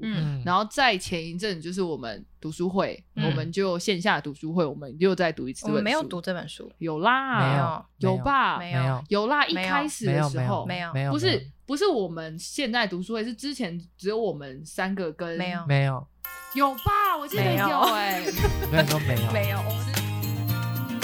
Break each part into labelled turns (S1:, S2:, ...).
S1: 嗯
S2: 然后再前一阵就是我们读书会，
S1: 嗯
S2: 我们就线下读书会，我们又在读一次
S3: 我
S2: 这本
S3: 们
S2: 书。
S3: 没有读，这本书，
S2: 有
S3: 啊
S2: 啦，
S1: 没有
S2: 有吧？
S3: 没
S1: 啊没有
S2: 有啦，一
S3: 没有
S2: 开始
S1: 没
S2: 的
S1: 有
S2: 时
S1: 没有
S2: 候
S3: 没有
S1: 没有
S2: 不是不是我们现在读书会，是之前只有我们三个跟
S3: 没有
S1: 没有
S2: 有吧？我记得
S3: 没有
S2: 有哎、
S1: 没有说没 有
S3: 没有，我们是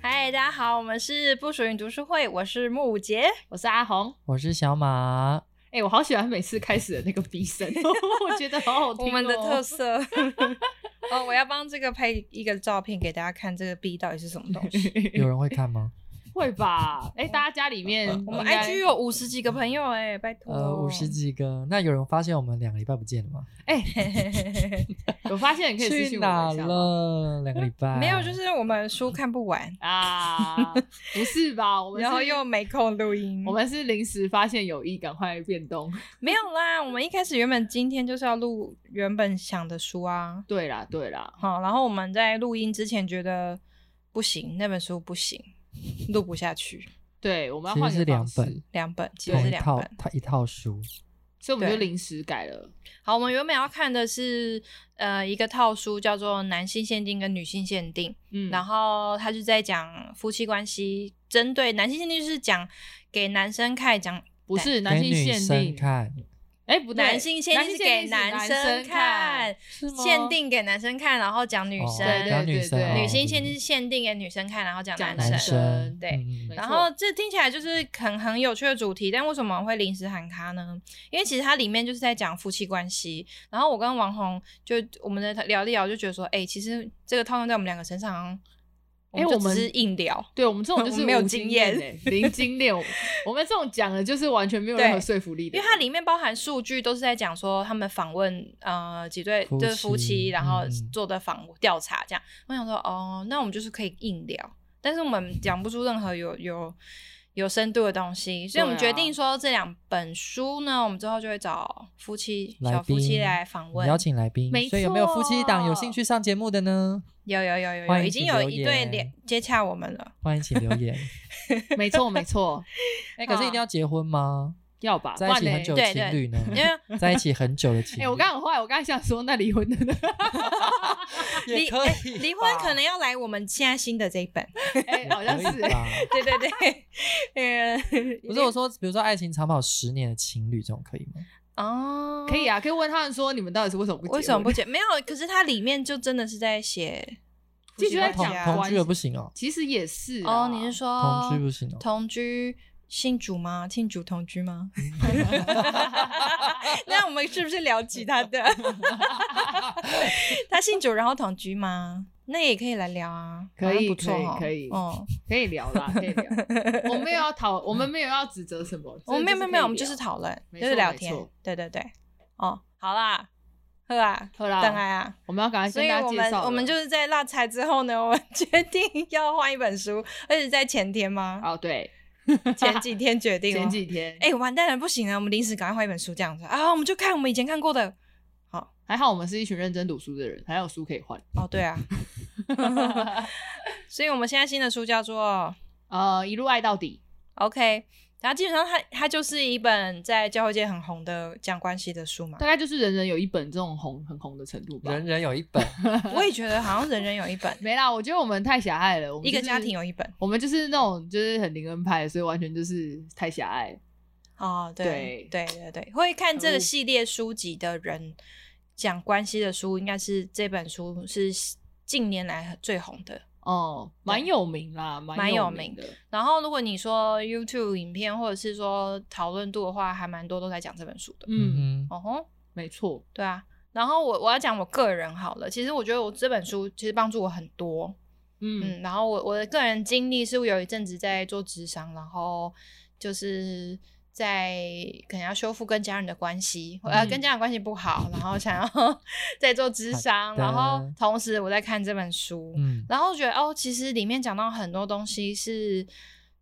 S3: 嗨，大家好，我们是不属于读书会，我是木五杰，
S2: 我是阿红，
S1: 我是小马，
S2: 哎、我好喜欢每次开始的那个逼声， 我觉得好好听、哦
S3: 我们的特，色。 哦，我要帮这个拍一个照片给大家看，这个 B 到底是什么 东西？
S1: 有人会看 吗？
S2: 会吧？哎、大家家里 面
S3: 我们
S2: 应该
S3: IG 有五十几个朋友哎、拜托，哎
S1: 呃，五十，几个，那有人发现我们两个礼拜不见了吗？
S2: 有发现，可以私
S1: 去
S2: 信我
S1: 哪
S2: 们一下吗
S1: 了？两个礼 拜
S3: 没有，就是我们书看不完，
S2: 啊？不是吧？我们是
S3: 然后又没空录
S1: 嗯
S3: 音，
S2: 我们是临时发现有意，赶快变动。
S3: 没有啦，我们一开始原本今天就是要录原本想的书啊，
S2: 对啦，对啦，
S3: 好，然后我们在录音之前觉得不行，那本书不行，录不下去，
S2: 对，我们要
S1: 其实
S2: 换
S1: 是
S2: 个
S1: 两
S2: 方式
S1: 本，
S3: 两本其实
S1: 同
S3: 是
S1: 一
S3: 两
S1: 套
S3: 本。
S1: 他一套书，
S2: 所以我们就
S3: 对
S2: 临时改了。
S3: 好，我们原本要看的是呃一个套书叫做《男性限定》跟《女性限定》，
S2: 嗯，
S3: 然
S2: 后
S3: 后他就在讲夫妻关系，针对男性限定就是讲给男生看，讲
S2: 不是男
S1: 给
S2: 性
S1: 女
S2: 限
S1: 生
S2: 定，
S1: 看，
S2: 哎，不对，
S3: 男性限定是给
S2: 男
S3: 男
S2: 性限定
S3: 生
S2: 是看
S3: 看，，
S1: 是吗
S3: 限定给男生看，然后讲女
S1: 哦
S3: 生。
S2: 对
S1: 讲女
S2: 对
S1: 生
S2: 对
S1: 哦，
S3: 女性限定是限定给女生看，然后讲
S2: 讲
S3: 生。
S1: 男生，
S3: 对
S1: 嗯嗯
S2: 没
S1: 嗯
S3: 然
S2: 错
S3: 后这听起来就是很很有趣的主题，但为什么会临时喊咖呢？因为其实它里面就是在讲夫妻关系。然后我跟王红就我们在聊一聊，就觉得说，哎、其实这个套用在我们两个身上好像，
S2: 哎
S3: 就
S2: 我们
S3: 只是硬聊。
S2: 对我们这种就
S3: 我
S2: 是
S3: 没有
S2: 无
S3: 经
S2: 验
S3: 验
S2: 欸，零经 验。我我们这种讲的就是完全没有任何
S3: 对
S2: 说服力的，
S3: 因为它里面包含数据，都是在讲说他们访问呃几对
S1: 夫
S3: 就是夫妻，
S1: 妻
S3: 然后
S1: 嗯嗯
S3: 做的访调查这样。我想说，哦，那我们就是可以硬聊，但是我们讲不出任何有有有深度的东西，所以我们
S2: 对啊
S3: 决定说这两本书呢，我们之后就会找夫妻
S1: 来
S3: 小夫妻
S1: 宾
S3: 来访问，
S1: 邀请来宾
S2: 没，
S1: 所以有没有夫妻档有
S2: 错
S1: 兴趣上节目的呢？
S3: 有有有有
S1: 欢
S3: 有，
S1: 迎
S3: 已
S1: 请
S3: 经有
S1: 留
S3: 一对
S1: 言
S3: 连接洽我们 了，
S1: 欢迎请留 言。
S2: 没错没错，
S1: 哎，可是一定要结婚吗？
S2: 要
S3: 啊
S2: 吧，
S1: 在一
S2: 不
S1: 起
S2: 然
S1: 很
S2: 嘞
S1: 久
S3: 对
S1: 的
S3: 对
S1: 情侣呢？
S3: 因为
S1: 在一起很久 的情侣，
S2: 哎，我刚很坏，我刚才想说那离婚的呢，
S1: 也
S3: 离
S1: 可
S3: 哎
S1: 以
S3: 离婚
S1: 吧
S3: 可能要来我们现在新的这一本，
S2: 哎，好像
S1: 可以
S2: 是
S1: 吧？
S3: 对对对， 呃，
S1: 不是我说，比如说爱情长跑十年的情侣，这种可以吗？
S3: 哦，
S2: 可以啊，可以问他们说你们到底是为什么不结婚
S3: 为什么不？解？没有，可是它里面就真的是在写夫
S2: 就
S3: 妻
S2: 觉得
S3: 关系
S1: 同
S2: 讲
S3: 啊
S1: 同
S2: 关
S1: 居的
S2: 系
S1: 不行哦，
S2: 其实也是啊
S3: 哦，你是说
S1: 同居不行哦。
S3: 同居信主吗？庆主同居 吗？那我们是不是聊其他 的？他信主然后同居吗？那也可以来聊啊，
S2: 可
S3: 好像
S2: 以
S3: 不错
S2: 可以
S3: 哦
S2: 可以
S3: 哦，
S2: 可以聊啦，可以聊。我没有要讨，我们没有要指责什么，
S3: 我们嗯哦没有没有没有，我们就是
S2: 讨。
S3: 讨论，
S2: 没
S3: 就
S2: 错
S3: 是聊
S2: 没
S3: 天
S2: 错，
S3: 对对对，哦，好啦，喝啊，
S2: 好
S3: 等爱
S2: 啦，
S3: 啊。
S2: 我们要赶快
S3: 所
S2: 跟
S3: 以
S2: 大家
S3: 我
S2: 介
S3: 们
S2: 绍了。
S3: 我们就是在落柴之后呢，我们 决定要换一本书，而且在前天 吗？
S2: 哦，对，
S3: 前几天决定哦。
S2: 前几天，
S3: 哎、完蛋了，不行了，我们临时赶快换一本书这样子啊，我们就看我们以前看过的。
S2: 还好我们是一群认真读书的人，还有书可以换。
S3: 哦，对啊，所以我们现在新的书叫做
S2: 呃，一路爱到底，
S3: OK，然后基本上它它就是一本在教会界很红的讲关系的书嘛
S2: 大。概就是人人有一本这种红很红的程度吧。
S1: 人人有一本，
S3: 我也觉得好像人人有一本，
S2: 没啦，我觉得我们太狭隘了。我们
S3: 一个
S2: 就是
S3: 家庭有哦一本。
S2: 我们就是那种就是很灵恩派，所以完全就是太狭隘了。
S3: 哦，对对对对，会看这个系列书籍的人，讲关系的书，应该是这本书是近年来最红的。
S2: 哦、蛮有名啦，
S3: 蛮
S2: 蛮
S3: 有
S2: 名
S3: 名
S2: 的。
S3: 然后，如果你说 YouTube 影片或者是说讨论度的话，还蛮多都在讲这本书的。
S2: 嗯，
S1: 嗯哼，
S3: 哦吼，
S2: 没错。
S3: 对啊。然后我我要讲我个人好了，其实我觉得我这本书其实帮助我很多。
S2: 嗯
S3: 嗯，然后我我的个人经历是，我有一阵子在做职商，然后就是在可能要修复跟家人的关系，呃，
S2: 嗯
S3: 跟家人关系不好，然后想要 在做职商，
S1: 的
S3: 然后同时我在看这本书，
S1: 嗯
S3: 然后觉得哦，其实里面讲到很多东西是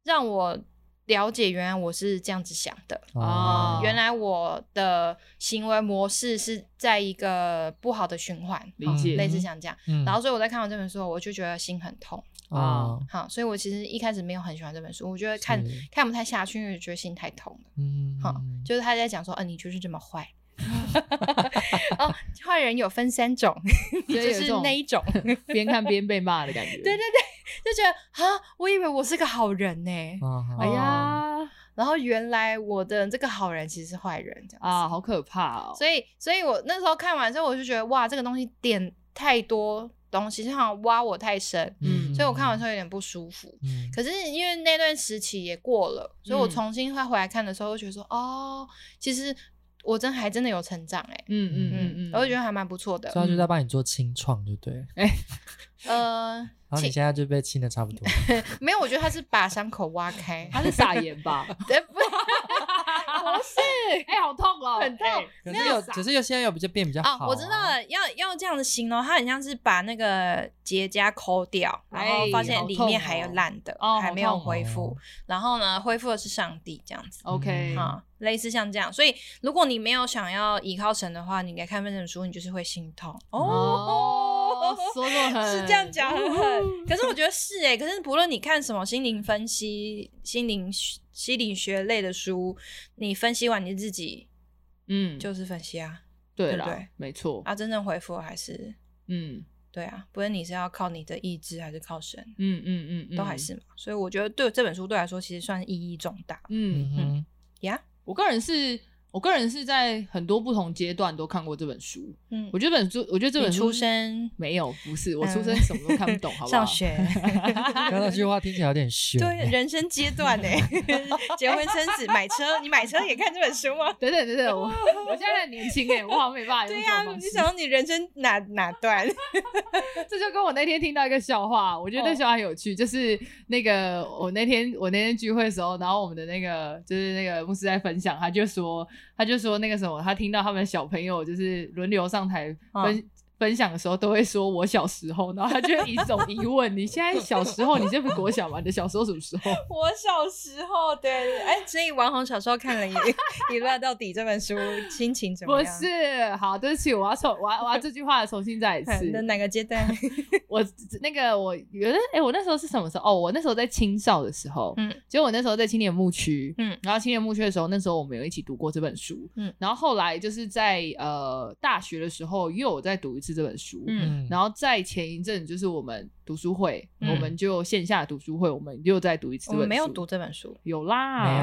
S3: 让我了解原来我是这样子想的，
S2: 哦
S3: 原来我的行为模式是在一个不好的循环，
S2: 理解
S3: 类似像这样。
S1: 嗯
S3: 然后，所以我在看完这本书后，我就觉得心很痛。
S1: 啊，
S2: 嗯
S3: 好，所以我其实一开始没有很喜欢这本书，我觉得看
S1: 是
S3: 看不太下去，因为我觉得心太痛了。
S1: 嗯，
S3: 好就是他在讲说，嗯、你就是这 么坏。哦，坏人有分三种，你
S2: 所以
S3: 就
S2: 有这
S3: 是
S2: 种
S3: 那一种，
S2: 边看边被骂的感觉。
S3: 对对对，就觉得啊，我以为我是个好人呢、
S1: 啊
S2: 哎呀
S3: 然后原来我的这个好人其实是坏人，这样 子
S2: 啊，好可怕哦！
S3: 所以，所以我那时候看完之后，我就觉得哇，这个东西点太多东西，就好像挖我太深，
S2: 嗯
S3: 所以我看完之后有点不舒服。
S1: 嗯
S3: 可是因为那段时期也过了，所
S2: 嗯
S3: 以我重新再回来看的时候，我就觉得说，哦，其实我真还真的有成长哎、
S2: 嗯嗯嗯嗯，，
S3: 我就觉得还蛮不错的
S1: 所。以他就在帮你做清创，对不对？
S3: 呃，
S1: 然后你现在就被清的差不多，
S3: 没有，我觉得他是把伤口挖开
S2: 他是撒盐 吧？
S3: 对不
S2: 不是，哎，好痛哦，
S3: 很痛
S2: 哎
S1: 可是有，可是又现在又比较变比较好哦
S3: 啊，我知道了，要要这样子形容，它很像是把那个结痂抠掉，然后
S2: 哎
S3: 发现
S2: 好
S3: 里
S2: 痛
S3: 面还有
S2: 哦
S3: 烂的，
S2: 哦哦
S3: 还
S2: 好
S3: 没有
S2: 痛
S3: 恢复。
S1: 哦
S3: 然后呢，恢复的是上帝这样子。
S2: OK，
S1: 嗯
S3: 啊，类似像这样，所以如果你没有想要依靠神的话，你来看这本书，你就是会心痛哦
S2: 哦。，说的很
S3: 是这样讲，很狠。可是我觉得是哎、可是不论你看什么心灵分析、心灵学心理学类的书，你分析完你自己
S2: 嗯，就
S3: 就是分析啊，
S2: 对
S3: 对不
S2: 了
S3: 对，
S2: 没错，
S3: 啊，真正回复还是
S2: 嗯
S3: 对啊，不论你是要靠你的意志还是靠神，
S2: 嗯嗯嗯嗯，
S3: 都还是嘛。所以我觉得对这本书对我来说，其实算意义重大
S2: 嗯，
S1: 嗯
S3: 呀。
S2: 我个人是。我个人是在很多不同阶段都看过这本书，
S3: 嗯
S2: 我觉得本书，我觉得这
S3: 你
S2: 本书
S3: 出生
S2: 没有，不是我出
S3: 嗯
S2: 生什么都看 不懂，好不好？
S3: 上 学，
S1: 哼，刚那句话听起来有点悬，欸
S3: 对，人生阶段呢，结婚生子、买车，你买车也看这本书吗？
S2: 等等等等，我我现在很年轻哎、我好像没办法用
S3: 对
S2: 这
S3: 呀、
S2: 种方
S3: 你
S2: 式。
S3: 想到你人生哪哪段？
S2: 这就跟我那天听到一个笑话，我觉得那
S3: 哦
S2: 笑话很有趣，就是那个我那天我那天聚会的时候，然后我们的那个就是那个牧师在分享，他就说他就说那个什么，他听到他们小朋友就是轮流上台分。
S3: 嗯
S2: 分享的时候都会说“我小时候”，然后他就会一种疑问：“你现在小时候，你这不是国小吗？你的小时候什么时候
S3: 我小时候，对，哎，所以王红小时候看了一一乱到底这本书，心情？”怎么
S2: 不
S3: 样？
S2: 是，好，对不起，我要重，我要我要这句话重新 再一
S3: 嗯，
S2: 次。
S3: 那哪个 阶段？
S2: 我那个我有的哎、我那时候是什么时候？哦，我那时候在青少的时候，
S3: 嗯
S2: 嗯，就我那时候在青年牧区，
S3: 嗯
S2: 嗯，然后青年牧区的时候，那时候我们有一起读过这本书，
S3: 嗯
S2: 嗯，然后后来就是在呃大学的时候又有再读一次这本书，嗯，
S3: 嗯，
S2: 然后在前一阵就是我们读书会，
S3: 嗯
S2: 我们就线下读书会，我们又再读一次
S3: 我
S2: 这本
S3: 们
S2: 书，
S3: 没有读，这本书，
S2: 有啦，
S1: 没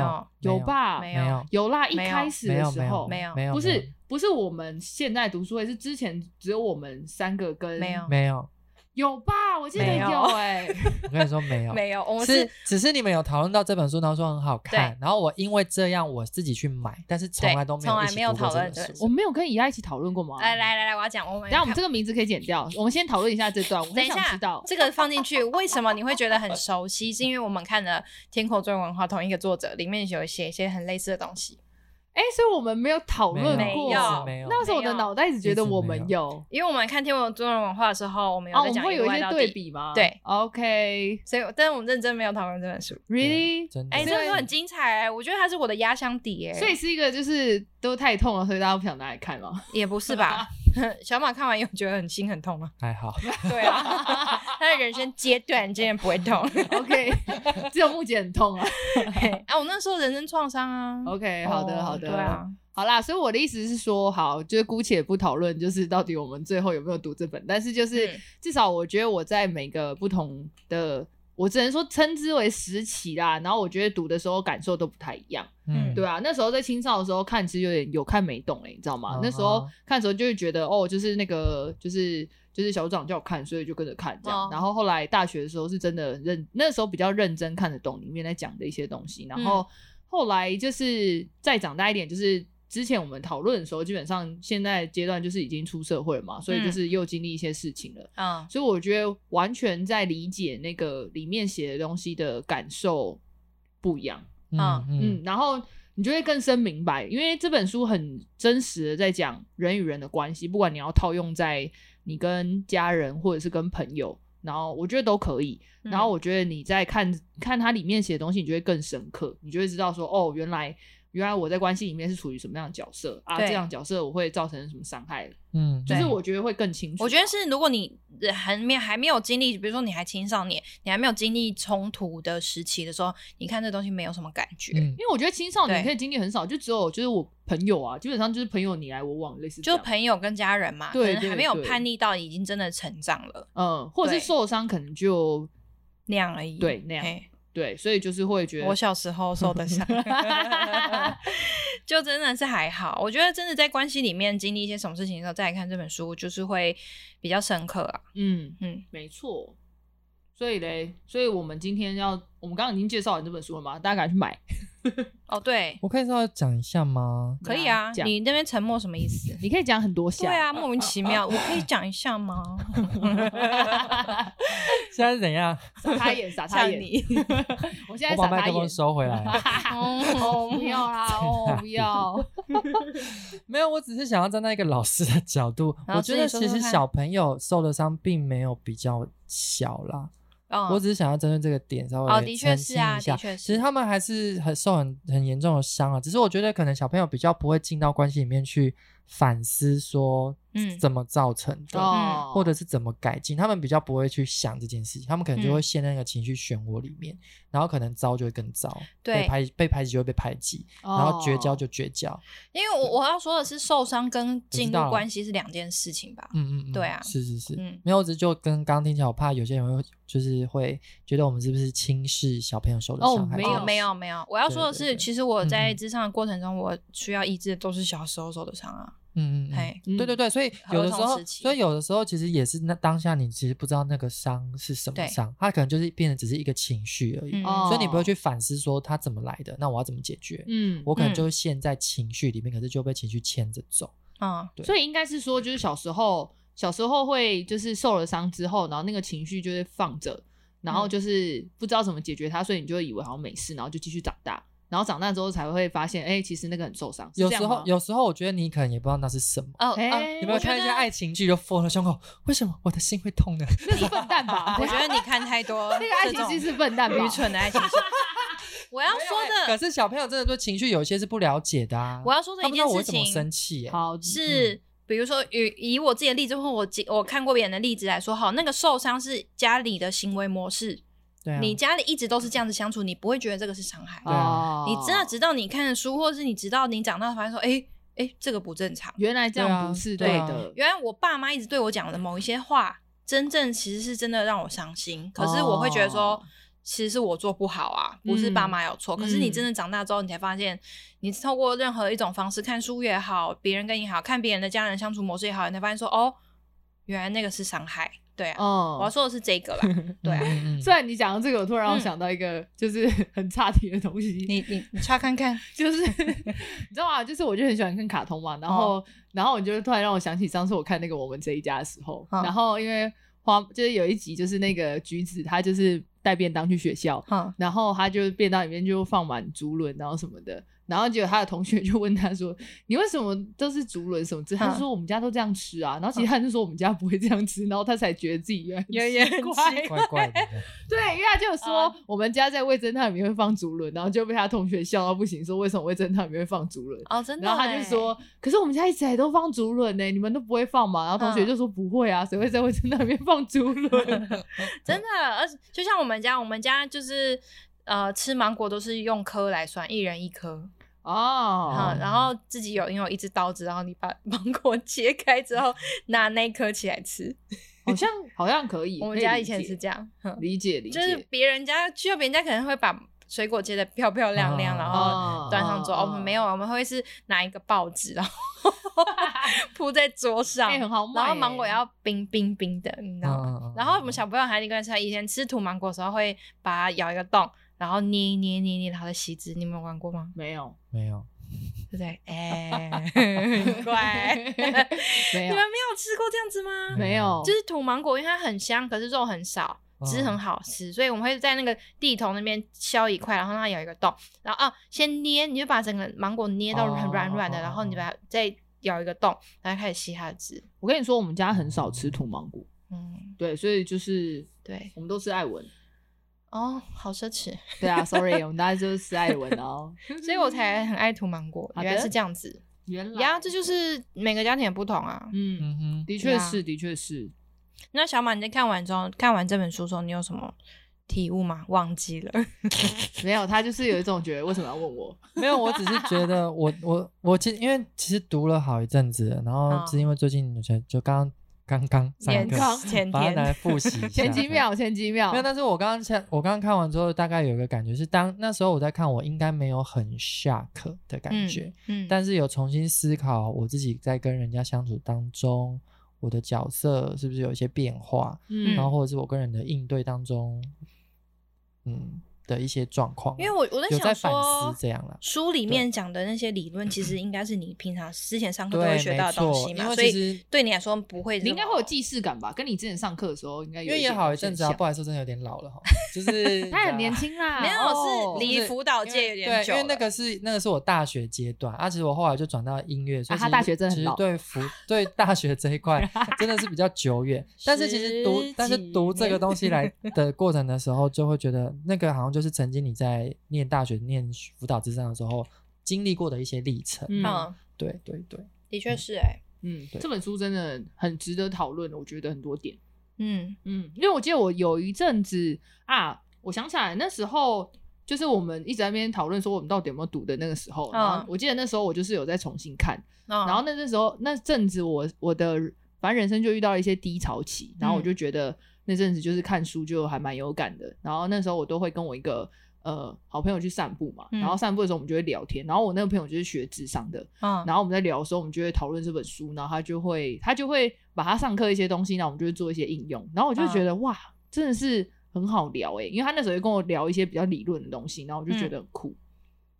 S3: 有
S2: 有吧？
S3: 没
S1: 没有，
S2: 有啦，一
S3: 没有
S2: 开始
S1: 没
S2: 的
S1: 有，
S2: 时
S1: 没有，
S2: 候
S3: 没有
S1: 没有，
S2: 不是不是我们现在读书会，是之前只有我们三个跟
S3: 没有
S1: 没有，
S2: 有吧？我记得
S3: 没有
S2: 有 哎、
S1: 我跟你说没有，
S3: 没有，我们
S1: 是
S3: 是
S1: 只是你们有讨论到这本书，然后说很好看，然后我因为这样我自己去买，但是从来都没
S3: 对从
S1: 有
S3: 来
S1: 一起
S3: 没有
S1: 读过
S3: 讨论
S1: 这
S3: 这
S1: 本
S3: 本
S2: 我
S1: 书。
S2: 没有跟怡亚一起讨论过吗？
S3: 来哎来来来，我要讲，我们
S2: 等一下我们这个名字可以剪掉。我们先讨论一下这段，我
S3: 等
S2: 很
S3: 一
S2: 想
S3: 下
S2: 知道，。
S3: 这个放进去，为什么你会觉得很熟悉？是因为我们看了《天口中文化》同一个作者，里面有写一些很类似的东西。
S2: 哎、所以我们没有讨论
S1: 没
S2: 过。
S3: 有
S1: 没有
S2: 那时候我的脑袋只觉得我们
S1: 没
S2: 有。
S3: 因为我们看《天口中文化》的时候，我们
S2: 啊，我
S3: 有在
S2: 们
S3: 讲
S2: 会
S3: 一
S2: 有
S3: 个
S2: 一
S3: 外
S2: 些
S3: 到
S2: 对
S3: 底，
S2: 比吗？
S3: 对
S2: ，OK，Really？、
S3: 所以但是我们认真没有讨论这本书。
S1: 真的
S3: 哎，这本书很精彩、哎我觉得它是我的压箱底、哎，
S2: 所以是一个就是都太痛了，所以大家不想拿来看吗？
S3: 也不是吧？ 小马看完有觉得很心很痛 吗？
S1: 还好，
S3: 对啊，他的人生阶段竟然不会 痛。
S2: OK，只 有木姐很痛啊。
S3: 哎啊，我那时候人生创伤啊。
S2: OK，好的，
S3: 哦
S2: 好的，
S3: 对啊，
S2: 好啦，所以我的意思是说，好，就是姑且不讨论，就是到底我们最后有没有读这本，但是就是、
S3: 嗯
S2: 至少我觉得我在每个不同的，我只能说称之为时期啦。然后我觉得读的时候感受都不太一样，
S1: 嗯，
S2: 对啊，那时候在青少的时候看，其实有点有看没懂哎、你知道吗
S1: 嗯哼
S2: 那时候看的时候就会觉得哦，就是那个就是就是小组长叫我看，所以就跟着看这样。
S3: 哦
S2: 然后后来大学的时候是真的认，那时候比较认真看得懂里面在讲的一些东西。然后后来就是再长大一点，就是。之前我们讨论的时候，基本上现在阶段就是已经出社会了嘛，所以就是又经历一些事情了。
S3: 嗯，
S2: 所以我觉得完全在理解那个里面写的东西的感受不一样，
S3: 啊
S1: 嗯嗯
S2: 嗯，然后你就会更深明白，因为这本书很真实的在讲人与人的关系，不管你要套用在你跟家人或者是跟朋友，然后我觉得都可以。
S3: 嗯
S2: 然后我觉得你在看看它里面写的东西，你就会更深刻，你就会知道说，哦，原来原来我在关系里面是处于什么样的角色啊，
S3: 对
S2: 这样的角色我会造成什么伤害，
S1: 嗯，
S2: 就是
S3: 对
S2: 我觉得会更清楚啊。
S3: 我觉得是，如果你还没还没有经历，比如说你还青少年，你还没有经历冲突的时期的时候，你看这东西没有什么感觉，
S1: 嗯
S2: 因为我觉得青少年
S3: 对
S2: 可以经历很少，就只有就是我朋友啊，基本上就是朋友你来我往，类似这
S3: 就
S2: 样
S3: 朋友跟家人嘛，
S2: 对
S3: 可能
S2: 对
S3: 还没有
S2: 对
S3: 叛逆到已经真的成长了
S2: 嗯，或者是
S3: 对
S2: 受伤可能就
S3: 那样而已。
S2: 对那样
S3: 嘿
S2: 对，所以就是会觉得
S3: 我小时候受的伤，就真的是还好。我觉得真的在关系里面经历一些什么事情的时候，再来看这本书，就是会比较深刻啊。
S2: 嗯嗯
S3: 嗯，
S2: 没错。所以嘞，所以我们今天要，我们刚刚已经介绍完这本书了嘛，大家赶快去买。
S3: 哦，对，
S1: 我可以稍微讲一下 吗？
S3: 可以啊。
S2: 讲
S3: 你那边沉默什么意思？
S2: 你可以讲很多下，
S3: 对啊，莫名其妙。我可以讲一下吗？
S1: 现在是怎样？
S2: 傻他眼，傻他
S3: 像
S2: 眼。
S3: 你，
S2: 我现在
S1: 我把
S2: 傻
S1: 麦
S2: 他
S1: 克
S2: 眼
S1: 风。收回来。
S2: 哦，不要啦，哦，不 要。
S1: 没有，我只是想要站在一个老师的角度，
S3: 老
S1: 我
S3: 师
S1: 觉得
S3: 你说
S1: 其
S3: 说
S1: 实
S3: 看
S1: 小朋友受的伤并没有比较小啦。
S3: 嗯
S1: 我只是想要针对这个点稍微
S3: 哦的确
S1: 澄
S3: 是
S1: 清
S3: 啊
S1: 一下
S3: 的确是
S1: 其实他们还是很受很很严重的伤啊，只是我觉得可能小朋友比较不会进到关系里面去反思说，
S3: 嗯
S1: 怎么造成的。
S2: 哦，
S1: 啊或者是怎么改进，他们比较不会去想这件事情，他们可能就
S3: 嗯
S1: 会陷在那个情绪漩涡里面，然后可能糟就会更糟，被
S3: 对
S1: 排被排挤就会被排挤，
S2: 哦，
S1: 然后绝交就绝交，
S3: 因为我我要说的是，受伤跟进
S1: 知道
S3: 入
S1: 了
S3: 关系是两件事情吧。
S1: 嗯嗯，嗯
S3: 对啊
S1: 是是是，
S3: 嗯
S1: 没有，我只是就跟刚刚听起来，我怕有些人会就是会觉得我们是不是轻视小朋友受的
S2: 哦
S1: 伤害？
S2: 没
S3: 哦，
S2: 有
S3: 没有没有，我要说的
S1: 对对
S3: 是，
S1: 对
S3: 其实我
S1: 嗯
S3: 在
S1: 嗯
S3: 职场的过程中，我需要医治的都是小时候受的伤啊。
S1: 嗯嗯嗯，
S3: 嘿，
S2: 嗯
S1: 对对对，所以有的时
S3: 儿童
S1: 候，
S3: 时期
S1: 所以有的时候其实也是那当下你其实不知道那个伤是什么
S3: 对
S1: 伤，它可能就是变成只是一个情绪而已，
S3: 嗯
S2: 哦，
S1: 所以你不会去反思说它怎么来的，那我要怎么解决？
S2: 嗯，
S1: 我可能
S3: 嗯
S1: 就会陷在情绪里面，可是就被情绪牵着走。
S3: 嗯，
S1: 对
S2: 所以应该是说，就是小时候，小时候会就是受了伤之后，然后那个情绪就会放着，然
S1: 嗯
S2: 后就是不知道怎么解决它，所以你就会以为好像没事，然后就继续长大，然后长大之后才会发现，哎、其实那个很受伤。是
S1: 有
S2: 这样
S1: 时候
S2: 吗，
S1: 有时候我觉得你可能也不知道那是什么。
S3: 哦，
S2: 哎、
S3: 啊
S1: 有没有
S3: 我觉
S1: 看一些
S3: 得
S1: 爱情剧就放在胸口？为什么我的心会痛呢？
S2: 那是笨蛋 吧？
S3: 哦我觉得你看太多
S2: 那个爱
S3: 这
S2: 情
S3: 种
S2: 剧是笨蛋吧？
S3: 愚蠢的爱情剧。 我要说
S1: 哎可
S3: 的，
S1: 是小朋友真的对情绪有一些是不了解的啊。
S3: 我要说的
S1: 他
S3: 一
S1: 不知道
S3: 件
S1: 我为什
S3: 事
S1: 么生
S3: 情
S1: 气嗯耶、
S2: 好，嗯
S3: 是，比如说以以我自己的例子，或我记我看过别人的例子来说，好，那个受伤是家里的行为模式，
S1: 对啊，
S3: 你家里一直都是这样子相处，你不会觉得这个是伤害。
S2: 嗯哦
S1: 对啊
S3: 你真的直
S2: 道
S3: 到你看的书，或是你直到你长大，发现说，哎、哎、这个不正常。
S2: 原来这样不是对
S1: 对啊
S2: 的。
S3: 原来我爸妈一直对我讲的某一些话，真正其实是真的让我伤心。可是我会觉得说，
S2: 哦
S3: 其实是我做不好啊，不是爸妈有错。可是你
S2: 嗯
S3: 真的长大之后，你才发现，你透过任何一种方式，看书也好，别人跟你好看别人的家人相处模式也好，你才发现说，哦，原来那个是伤害。对啊，
S2: 哦
S3: 我要说的是这个啦。 对啊，
S1: 嗯嗯嗯
S2: 虽然你讲到这个，我突然让我
S3: 嗯
S2: 想到一个就是很差题的东西。
S3: 你你你查看看，
S2: 就是 你知道吗？就是我就很喜欢看卡通嘛，然后、
S3: 哦
S2: 然后你就突然让我想起上次我看那个我们这一家的时候，
S3: 嗯
S2: 然后因为花就是有一集就是那个橘子，他就是带便当去学校，
S3: 哈、
S2: 然后他就便当里面就放满竹轮，然后什么的。然后结果他的同学 就问他说：“你为什么都是竹轮什么之类？”
S3: 嗯
S2: 他说：“我们家都这样吃啊。”然后其实他就说：“我们家不会这样吃。”然后他才觉得自己原来
S3: 原来也很奇
S1: 怪怪 的，嗯
S2: 对，因为他就有说、
S3: 啊
S2: 我们家在味噌汤里面会放竹轮，然后就被他同学笑到不行，说为什么味噌汤里面会放竹轮？
S3: 哦，真的、
S2: 然后他就，说：“可是我们家一直也都放竹轮欸呢，你们都不会放嘛？”然后同学
S3: 嗯
S2: 就说：“不会啊，谁会在卫生那里面放竹轮
S3: 真的，而且就像我们家，我们家就是呃吃芒果都是用颗来算，一人一颗，？”
S2: 哦
S3: 嗯，然后自己有你有一只刀子，然后你把 芒果切开之后拿那一颗起来吃。
S2: 好像好像可以。
S3: 我们
S2: 可
S3: 家
S2: 理
S3: 以前是
S2: 解
S3: 这样，哼
S2: 理解理解，
S3: 就是别人家去到别人家可能会把水果切的漂漂亮亮，
S1: 啊
S3: 然后
S2: 哦
S3: 端上桌。
S2: 哦
S3: 哦我们没有，我们会是拿一个报纸，然后 铺在桌 上
S2: 哎，，很好卖欸。
S3: 然后芒果要冰冰冰的，你知道吗？
S1: 嗯嗯嗯
S3: 然后我们小朋友还另外吃，以前吃土芒果的时候会把它咬一个洞，然后捏一捏捏一捏，然后再吸汁。你们有玩过吗？
S2: 没有
S1: 没有，
S3: 对不对？哎、 很乖，你们
S2: 没
S3: 没
S2: 有
S3: 有吃过这样子吗？
S2: 没有，嗯
S3: 就是土芒果，因为它很香，可是肉很少，
S1: 嗯
S3: 汁很好吃，所以我们会在那个地头那边削一块，然后让它咬一个洞，然后啊先捏，你就把整个芒果捏到很软软的，
S1: 哦哦哦
S3: 然后你把它再咬一个洞，然后开始吸它的汁。
S2: 我跟你说，我们家很少吃土芒果，
S3: 嗯，
S2: 对，所以就是
S3: 对，
S2: 我们都吃艾文。
S3: 哦，好奢侈，
S2: 对啊，sorry，我们大家就是吃艾文哦。
S3: 所以我才很爱涂芒果，
S2: 好的
S3: 原来是这样子。
S2: 原
S3: 呀，
S2: 来，
S3: 这就是每个家庭的不同啊。
S2: 嗯，
S1: 嗯哼，
S2: 的确
S3: 呀
S2: 是，的确是。
S3: 那小马，你在看完之后，看完这本书之后，你有什么体悟吗？忘记了，
S2: 没有，他就是有一种觉得为什么要问我？
S1: 没有，我只是觉得我我我其实因为其实读了好一阵子了，然后
S3: 嗯
S1: 是因为最近就就刚刚刚上
S3: 年
S1: 课，
S3: 刚前
S1: 把它拿来
S3: 天，
S1: 复习一下
S2: 前几。秒，前几秒
S1: 啊没有，，但是我刚刚看，我刚刚看完之后，大概有一个感觉是当，那时候我在看，我应该没有很 shock 的感觉，
S3: 嗯，
S1: 但是有重新思考我自己在跟人家相处当中，我的角色是不是有一些变化，
S2: 嗯
S1: 然后或者是我跟人的应对当中，嗯的一些状况，啊
S3: 因为我我在
S1: 有在
S3: 想
S1: 反
S3: 说
S1: 思，这样啦。
S3: 书里面讲的那些理论，其实应该是你平常之前上课都会
S1: 对
S3: 学
S1: 没
S3: 到的东
S1: 错
S3: 西
S1: 因
S3: 嘛，
S1: 为
S3: 所
S1: 其
S3: 以
S1: 实
S3: 对你来说不会这么，
S2: 你应该会有既视感吧？跟你之前上课的时候应该有
S1: 因为
S2: 一
S1: 也
S2: 点
S1: 好一
S2: 点
S1: 阵子啊，
S2: 像
S1: 不好啊意思，我真的有点老了 哈，就是
S2: 他很
S1: 你知道
S2: 年
S1: 吗
S2: 轻啦，
S3: 没有
S2: 哦
S3: 是离
S1: 就是
S3: 辅导
S1: 因
S3: 界
S1: 为
S3: 有点
S1: 对，
S3: 久
S1: 因为那
S3: 了。
S1: 个是那个是我大学阶段，啊，其实我后来就转到音乐，所以
S2: 啊
S1: 其
S2: 他
S1: 实
S2: 大学真的很
S1: 其实
S2: 老
S1: 对辅对大学这一块真的是比较久远，但是其实读
S3: 十
S1: 但是
S3: 几
S1: 读这个
S3: 年
S1: 东西来 的过程的时候，就会觉得那个好像就是曾经你在念大学念辅导之上的时候经历过的一些历程，
S2: 嗯
S3: 嗯，
S1: 对对对，
S3: 的确是哎，
S2: 嗯，
S1: 对
S2: 这本书真的很值得讨论，我觉得很多点。
S3: 嗯
S2: 嗯，因为我记得我有一阵子啊，我想起来那时候就是我们一直在那边讨论说我们到底有没有读的那个时候，
S3: 嗯
S2: 然后我记得那时候我就是有在重新看，
S3: 嗯，
S2: 然后那时候那阵子我我的反正人生就遇到了一些低潮期，然后我
S3: 嗯
S2: 就觉得那阵子就是看书就还蛮有感的，然后那时候我都会跟我一个。呃，好朋友去散步嘛，
S3: 嗯
S2: 然后散步的时候我们就会聊天，然后我那个朋友就是学智商的，
S3: 嗯
S2: 然后我们在聊的时候，我们就会讨论这本书，然后他就会他就会把他上课一些东西，然后我们就会做一些应用，然后我就
S3: 嗯
S2: 觉得、哇，真的是很好聊欸诶、因为他那时候也跟我聊一些比较理论的东西，然后我就
S3: 嗯
S2: 觉得很酷，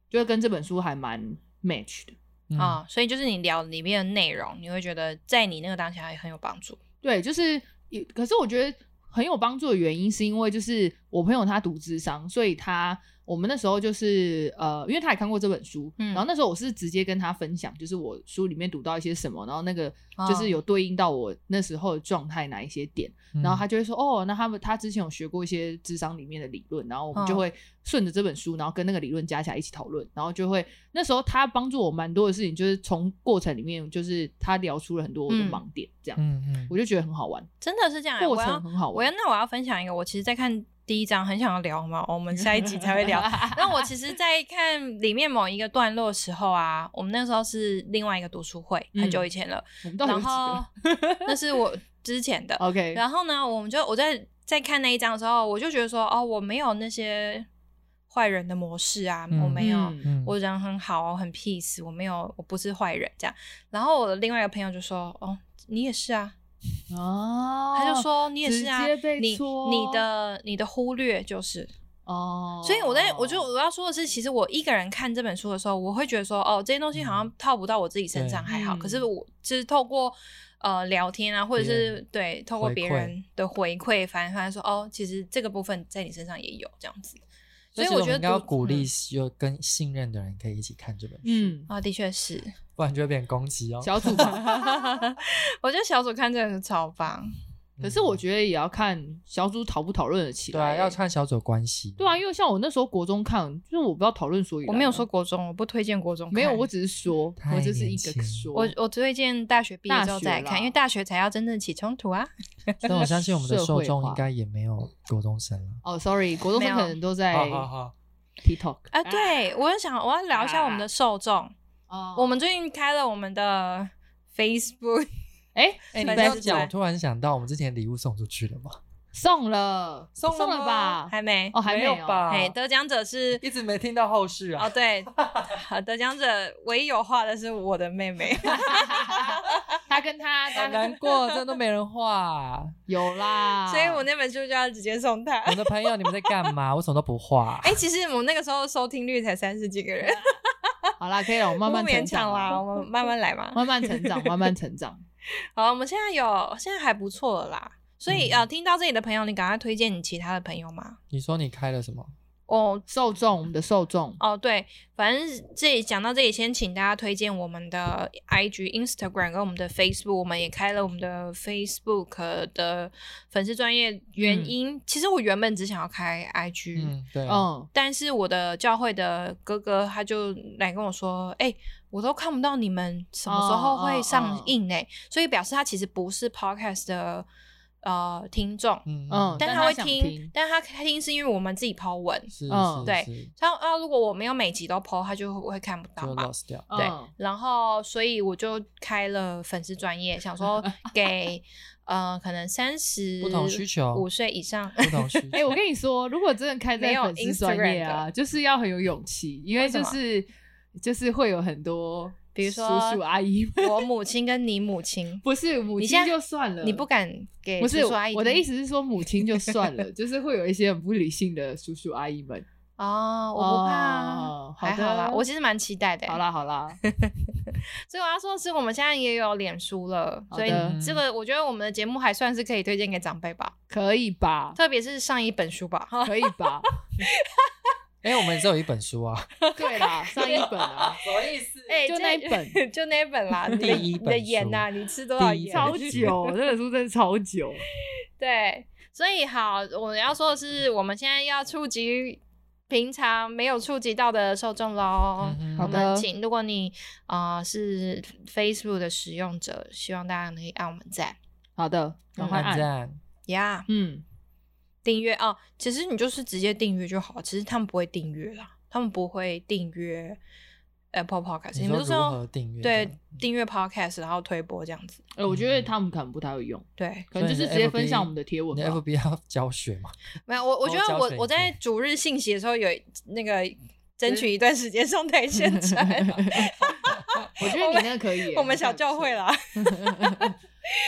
S2: 就是跟这本书还蛮 match 的。
S1: 嗯
S3: 啊，所以就是你聊里面的内容，你会觉得在你那个当下也很有帮助。
S2: 对，就是也，可是我觉得很有帮助的原因，是因为就是我朋友他读智商，所以他我们那时候就是呃，因为他也看过这本书，
S3: 嗯
S2: 然后那时候我是直接跟他分享，就是我书里面读到一些什么，然后那个
S3: 哦
S2: 就是有对应到我那时候的状态哪一些点，
S3: 嗯
S2: 然
S1: 嗯
S2: 后他就会说哦，那他们他之前有学过一些智商里面的理论，然后我们就
S3: 哦
S2: 会顺着这本书，然后跟那个理论加起来一起讨论，然后就会那时候他帮助我蛮多的事情，就是从过程里面就是他聊出了很多我的
S3: 嗯
S2: 盲点，这样、
S1: 嗯嗯
S2: 我就觉得很好玩。
S3: 真的是这样欸，
S2: 过
S3: 我
S2: 程
S3: 要
S2: 很好玩。
S3: 我要那我要分享一个，我其实，在看第一章很想要聊嘛，我们下一集才会 聊。那我其实，在看里面某一个段落的时候啊，我们那时候是另外一个读书会，
S2: 嗯
S3: 很久以前了。
S2: 我们到底有
S3: 然
S2: 几
S3: 后
S2: 个 哦
S3: 那是我之前的，
S2: ？OK，
S3: 然后呢，我们就我在在看那一章的时候，我就觉得说，哦，我没有那些坏人的模式啊，
S1: 嗯
S3: 我没有。
S2: 嗯
S1: 嗯
S3: 我人很好哦，很 peace，我没有，我不是坏人这样。然后我的另外一个朋友就说：“哦，你也是啊。
S2: 哦，
S3: 他就说：“你也是啊，
S2: 直接被
S3: 你
S2: 戳
S3: 你的你的忽略就是。”
S2: 哦，
S3: 所以我在我就我要说的是，其实我一个人看这本书的时候，我会觉得说，哦，这些东西好像套不到我自己身上
S2: 嗯对
S3: 还好，
S2: 嗯
S3: 可是我就是透过呃聊天啊，或者
S1: 别
S3: 是
S1: 人
S3: 对透过
S1: 回
S3: 别
S1: 馈
S3: 人的回馈，反正反正说，哦，其实这个部分在你身上也有这样子，
S1: 所
S3: 所以
S1: 以
S3: 我
S1: 我
S3: 觉
S1: 觉得
S3: 得
S1: 应该要
S3: 读
S1: 鼓励
S3: 嗯
S1: 有跟信任的人可以一起看这本书，
S2: 嗯，
S3: 啊、的确是，
S1: 不然就会被人攻击哦。
S2: 小组吧。
S3: 我觉得小组看这个是超棒，
S2: 可是我
S1: 嗯
S2: 觉得也要看小组讨不讨论得起
S1: 对啊，
S2: 来。
S1: 要。看小组关系。
S2: 对啊，因为像我那时候国中看，就是我不知道讨论所以然啊
S3: 我没有说国中，我不推荐国中看，
S2: 没有，我只是说，
S1: 太
S2: 我这是一
S1: 年轻
S2: 个说。
S3: 我我推荐大学毕业之后再来
S2: 大学啦
S3: 看，因为大学才要真正起冲突啊。
S1: 但我相信我们的
S2: 社
S1: 受
S2: 会
S1: 众
S2: 化
S1: 应该也没有国中生了。
S2: 哦，sorry，国中
S3: 没
S2: 生
S3: 有
S2: 可能都在
S1: 好，
S2: TikTok
S3: 啊，对，我很想我要聊一下我们的受众。
S2: 啊
S3: 哦我们最近开了我们 的 Facebook，
S2: 哎
S1: 哎，
S3: 你
S1: 你这
S3: 反正
S1: 样
S3: 是
S1: 讲，
S3: 在
S1: 我突然想到，我们之前礼物送出去了吗？
S2: 送了，
S1: 送了
S2: 了
S1: 吗
S2: 吧？
S3: 还没
S2: 哦，还有
S1: 有？吧？
S3: 哎，得奖者是
S1: 一直没听到后续
S3: 哦，
S1: 啊。
S3: 对，好得奖者唯一有画的是我的 妹妹，
S2: 他跟他
S1: 好哎难
S2: 他
S1: 过，真的都没人画。
S2: 有啦，
S3: 所以我那本书就要直接 送她。
S1: 我的朋友，你们在干嘛？我什么都不画。
S3: 哎，其实我们那个时候收听率才三十几个人，
S2: 好啦，可以了，我慢慢
S3: 不
S2: 成
S3: 勉
S2: 长
S3: 强
S2: 啦
S3: 啦，我们慢慢来嘛。
S2: 慢慢成长，慢慢成长。
S3: 好，我们现在有，现在还不错了啦。所以
S1: 嗯
S3: 呃，听到这里的朋友，你赶快推荐你其他的朋友嘛。
S1: 你说你开了什么？
S3: 哦
S2: 受众，我们的受 众，
S3: 哦，对，反正这里讲到这里，先请大家推荐我们的 IG、Instagram 跟我们的 Facebook，我们也开了我们的 Facebook 的粉丝专业。原因、其实我原本只想要开 IG，、
S1: 嗯，对，
S2: 嗯，
S3: 但是我的教会的哥哥他就来跟我说：“哎、我都看不到你们什么时候会上映呢、所以表示他其实不是 Podcast 的呃听众，
S1: 嗯
S2: 嗯
S3: 但
S2: 但
S3: 他
S2: 他
S3: 会
S2: 想听
S3: 但他听是因为我们自己 Po 文。
S1: 是，
S2: 嗯
S1: 是
S3: 对，
S1: 是
S3: 他啊，如果我没有每集都 PO，他就会看不
S1: 就
S3: 到嘛。
S1: lost 掉，
S3: 对
S2: 嗯
S3: 然后，所以我就开了粉丝专业，想 说给呃，可能三十
S1: 不同需求
S3: 五岁 以上，
S1: 不同需
S2: 哎、我跟你说，如果真的开
S3: 没
S2: 在
S3: 有
S2: 粉丝专业
S3: Instagram
S2: 啊，就是要很有勇气，因为
S3: 为什
S2: 就
S3: 么
S2: 是就是会有很多，
S3: 比如说
S2: 叔叔阿姨们，
S3: 我母亲跟你母亲，
S2: 不是母
S3: 你现
S2: 亲
S3: 在
S2: 就算了，
S3: 你不敢给
S2: 不是
S3: 叔叔阿姨
S2: 我的意
S3: 听
S2: 思是说母亲就算了，就是会有一些很不理性的叔叔阿姨们。
S3: 哦，我不怕啊，
S2: 哦好
S3: 还好啦，
S2: 的
S3: 我其实蛮期待的。欸
S2: 好，啦好 啦，
S3: 所以我要说的是，我们现在也有脸书了，
S2: 好
S3: 所
S2: 的嗯
S3: 以这个我觉得我们的节目还算是可以推荐给长辈吧，
S2: 可以吧？
S3: 特别是上一本书吧。
S2: 可以吧？
S1: 哎，我们只有一本书啊，
S2: 对啦，上一本啊，
S1: 什么意思？
S3: 哎，
S2: 就
S3: 这
S2: 那一本，
S3: 就那一本 啦。你的
S1: 第一
S3: 你
S1: 本
S3: 的盐
S1: 书
S3: 呐，你吃多少
S1: 第一
S3: 盐？
S1: 本
S2: 超久，这本书真的超久。
S3: 对，所以好，我要说的是，我们现在要触及平常没有触及到的受众喽。
S1: 嗯哼
S3: 我
S2: 好
S3: 们
S2: 的
S3: 请，如果你啊、呃是 Facebook 的使用者，希望大家可以按我们赞
S2: 好的，赶快
S1: 按
S2: 按。
S1: 赞，
S3: 呀
S2: 嗯，
S3: 订阅哦。其实你就是直接订阅就好，其实他们不会订阅啦，他们不会订阅 Apple Podcast，
S1: 你
S3: 们
S1: 说
S3: 就是
S1: 如
S3: 用
S1: 何订阅这
S3: 对
S1: 样
S3: 订阅 Podcast，然后推播这样子。
S2: 哎，我觉得他们可能不太会用，
S3: 对，
S2: 可能就是直接分享我们的贴文
S1: 你的
S2: 吧。
S1: FB 要 教学嘛？
S3: 没有我，我觉得
S1: 多
S3: 我
S1: 教学
S3: 我
S1: 一点
S3: 在主日信息的时候有那个争取一段时间上 台宣传。
S2: 我觉得你那个可以耶，
S3: 我们小教会啦，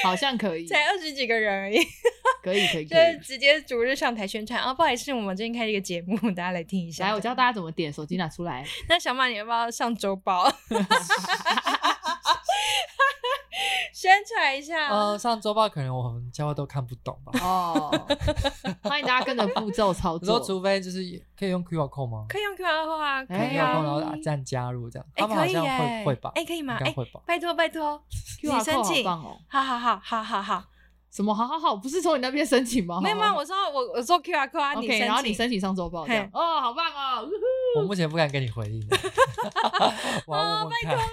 S2: 好像可以，
S3: 才二十几个人而已，
S2: 可以可以
S3: 就
S2: 可
S3: 是
S2: 以。
S3: 直接主日上台宣传啊！不好意思，我们最近开了一个节目，大家来听一下。
S2: 来，我教大家怎么点，手机拿出 来。
S3: 那小马，你要不要上周报？ 宣传一下，
S1: 呃，上周报可能我们教会都看不懂 吧？
S2: 哦，欢迎大家跟着步骤 操
S1: 你说
S2: 作。
S1: 除非就是可以用 QR code 吗？
S3: 可以用 QR code
S2: 哎
S3: 啊，可
S1: 可以
S3: 以
S1: 用 QR
S3: 啊
S1: code，然后按赞加入这样，
S3: 哎
S1: 他们好
S3: 可以
S1: 像
S3: 耶
S1: 会会吧？
S3: 哎可以吗
S1: 应该
S3: 哎
S1: 会吧？
S3: 拜托拜托，你
S2: QR
S3: 申
S2: code 好
S3: 请，
S2: 棒哦！
S3: 好好好好好好，
S2: 什么好好好，不是从你那边申请吗？
S3: 没有没
S2: 好
S3: 有，
S2: 好
S3: 我说我我说 QR code 啊，
S2: 好
S3: 你
S2: OK，然后你
S3: 申
S2: 申请上周报
S3: 嘿
S2: 这样，哦，好棒哦！呜呼
S1: 我目前不敢给你回 应， 我要问
S3: 哦
S1: 问
S3: 拜
S1: 看
S3: 托。啦，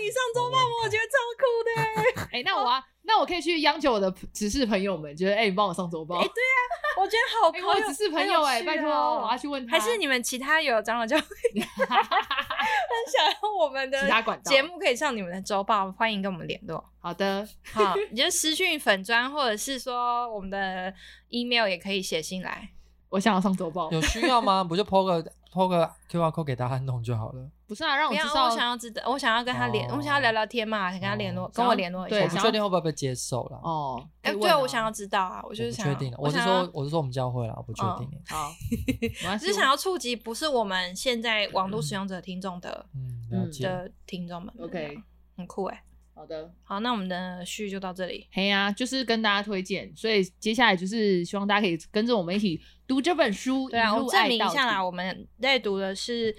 S3: 你上周
S1: 我
S3: 报
S1: 忘
S3: 我
S1: 看
S3: 觉得超酷的欸，
S2: 哎，那我啊，那我可以去央求我的只是朋友们，觉得哎，你帮我上周报。
S3: 哎
S2: 哎，
S3: 我觉 得好酷，
S2: 我只是朋友哎，拜托，我要
S3: 要
S2: 去问他。
S3: 哦还是你们其他有长老教会 分享我们的
S2: 其他管道
S3: 节目可以上你们的周报，欢迎跟我们联络。
S2: 好的，
S3: 好，你就私讯粉砖，或者是说我们的 email 也可以写信来。
S2: 我想要上周报。
S1: 有需要吗？不就 PO 个 PO 个 QR code 给大家弄就好了。
S2: 不是啊，让
S3: 不
S2: 我知
S3: 要，
S2: 道
S3: 我想要知道，我想要跟他联，
S1: 哦
S3: 我想要聊聊天嘛，想跟他联络，
S1: 哦
S3: 跟我联络一
S2: 对
S1: 我
S3: 下
S1: 不
S2: 想。
S1: 确定会不会被接受了。
S2: 哦。
S3: 哎，
S2: 可以
S3: 对，
S2: 问啊
S3: 我想要知道啊，我
S1: 我
S3: 就是
S1: 不
S3: 想要，
S1: 确定，我是
S3: 想要
S1: 说，我是说我们教会啦，我不确
S3: 嗯
S1: 定欸耶。
S2: 好，没关
S3: 只
S2: 系
S3: 是想要触及不是我们现在网络使用者听众的
S1: 嗯，了
S2: 嗯
S1: 解。
S3: 的听众们。
S2: OK，
S3: 很酷哎。
S2: 好的。
S3: 好，那我们的序就到这里。
S2: 嘿呀、就是跟大家推荐，所以接下来就是希望大家可以跟着我们一起读这本书，
S3: 对啊，
S2: 一
S3: 我
S2: 路
S3: 证
S2: 爱
S3: 明一
S2: 到
S3: 下啦，
S2: 底。
S3: 我们在读的是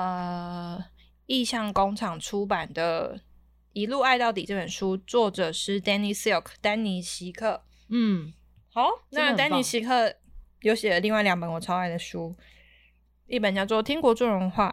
S3: 呃意象工厂出版的《一路爱到底》这本书，作者是 Danny Silk 丹尼席克。
S2: 嗯，
S3: 好，
S2: 真的
S3: 那
S2: 很
S3: 丹尼
S2: 棒
S3: 席克有写了另外两本我超爱的书，一本叫做《天国作人化》，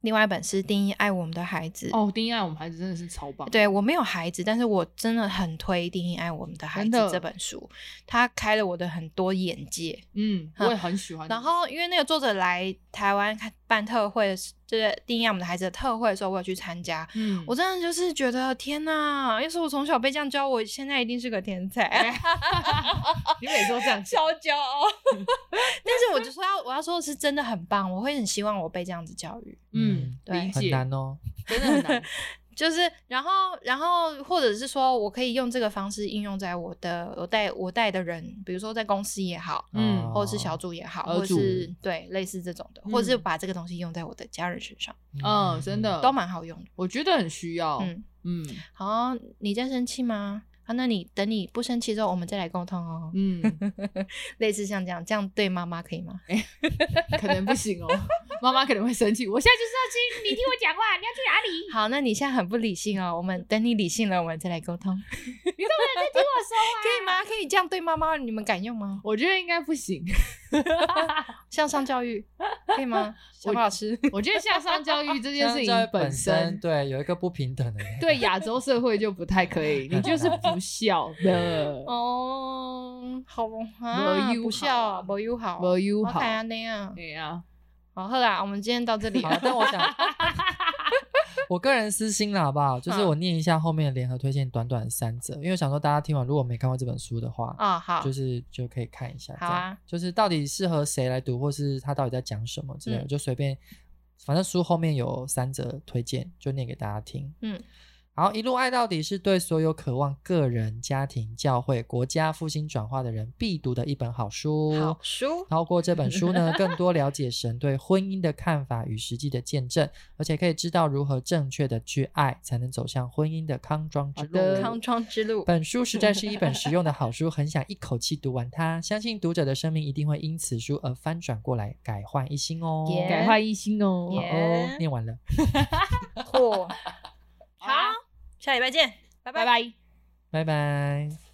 S3: 另外一本是《定义爱我们的孩子》。
S2: 哦，丁爱我们孩子真的是超棒，
S3: 对我没有孩子，但是我真的很推《定义爱我们的孩
S2: 真
S3: 子
S2: 的》
S3: 这本书，它开了我的很多眼界。
S2: 嗯，我也很喜欢。
S3: 然后，因为那个作者来台湾看办特会的时，就是定义我们的孩子的特会的时候，我有去参加。
S2: 嗯，
S3: 我真的就是觉得天呐！要是我从小被这样教，我现在一定是个天才，
S2: 你每次都这样 讲，
S3: 超骄傲。但是我就说要，我要说的是真的很棒，我会很希望我被这样子教育。
S2: 嗯，
S3: 对
S2: 理
S1: 很
S2: 解，
S1: 难哦。
S2: 真的很 难。
S3: 就是，然后，然后，或者是说我可以用这个方式应用在我的我带我带的人，比如说在公司也好，
S2: 嗯
S1: 哦
S3: 或者是小，组也好，
S2: 儿
S3: 或者
S2: 组
S3: 是对类似这种的，或者是
S2: 嗯
S3: 把这个东西用在我的家人身上，
S2: 嗯，真的
S3: 都蛮好用的。
S2: 哦我觉得很需要。
S3: 嗯，
S2: 嗯，
S3: 好，你在生气吗？啊，那你等你不生气之后，我们再来沟通哦。
S2: 嗯，
S3: 类似像这样，这样对妈妈可以吗？
S2: 可能不行哦，妈妈可能会生气。我现在就是要去，你听我讲话，你要去哪里？
S3: 好，那你现在很不理性哦，我们等你理性了，我们再来沟通，
S2: 你都没有在听我说话、啊
S3: 可以吗？可以这样对妈妈，你们敢用吗？
S2: 我觉得应该不行。
S3: 向上教育可以吗？小
S2: 我
S3: 宝老师，
S2: 我觉得向上教育这件事
S1: 教育
S2: 情
S1: 本
S2: 身
S1: 对有一个不平等的，
S2: 对亚洲社会就不太可以，你就是不孝的，
S3: 哦，好啊，
S2: 没友
S3: 不
S2: 好
S3: 孝，不友好，
S2: 没友
S3: 我
S2: 好。
S3: 看啊那样。
S2: 对呀，
S3: 好，好啦，我们今天到这里
S1: 好，啊
S3: 了。
S1: 但我 想，我个人私心啦，好不好？
S2: 嗯
S1: 就是我念一下后面的联合推荐短短三则，因为我想说大家听完如果没看过这本书的
S2: 哦
S1: 话，
S3: 啊，好
S1: 就，是就可以看一下。
S3: 好
S1: 这样
S3: 啊
S1: 就是到底适合谁来读，或是他到底在讲什么之类的，
S3: 嗯
S1: 就随便。反正书后面有三则推荐，就念给大家听。
S3: 嗯，
S1: 好，一路爱到底是对所有渴望个人、家庭、教会、国家复兴转化的人必读的一本好书。
S3: 好书，
S1: 透过这本书呢，更多了解神对婚姻的看法与实际的见证，而且可以知道如何正确的去爱，才能走向婚姻的康庄之
S2: 好的
S1: 路。
S3: 康庄 之路。
S1: 本书实在是一本实用的好书，很想一口气读完它。相信读者的生命一定会因此书而翻转过来，改换一新哦。
S3: 耶
S2: 改换一心哦。
S1: 好哦
S3: Yeah，
S1: 念完了。
S3: 嚯，
S2: 好，
S3: 下礼拜见，拜
S2: 拜拜。
S1: 拜拜。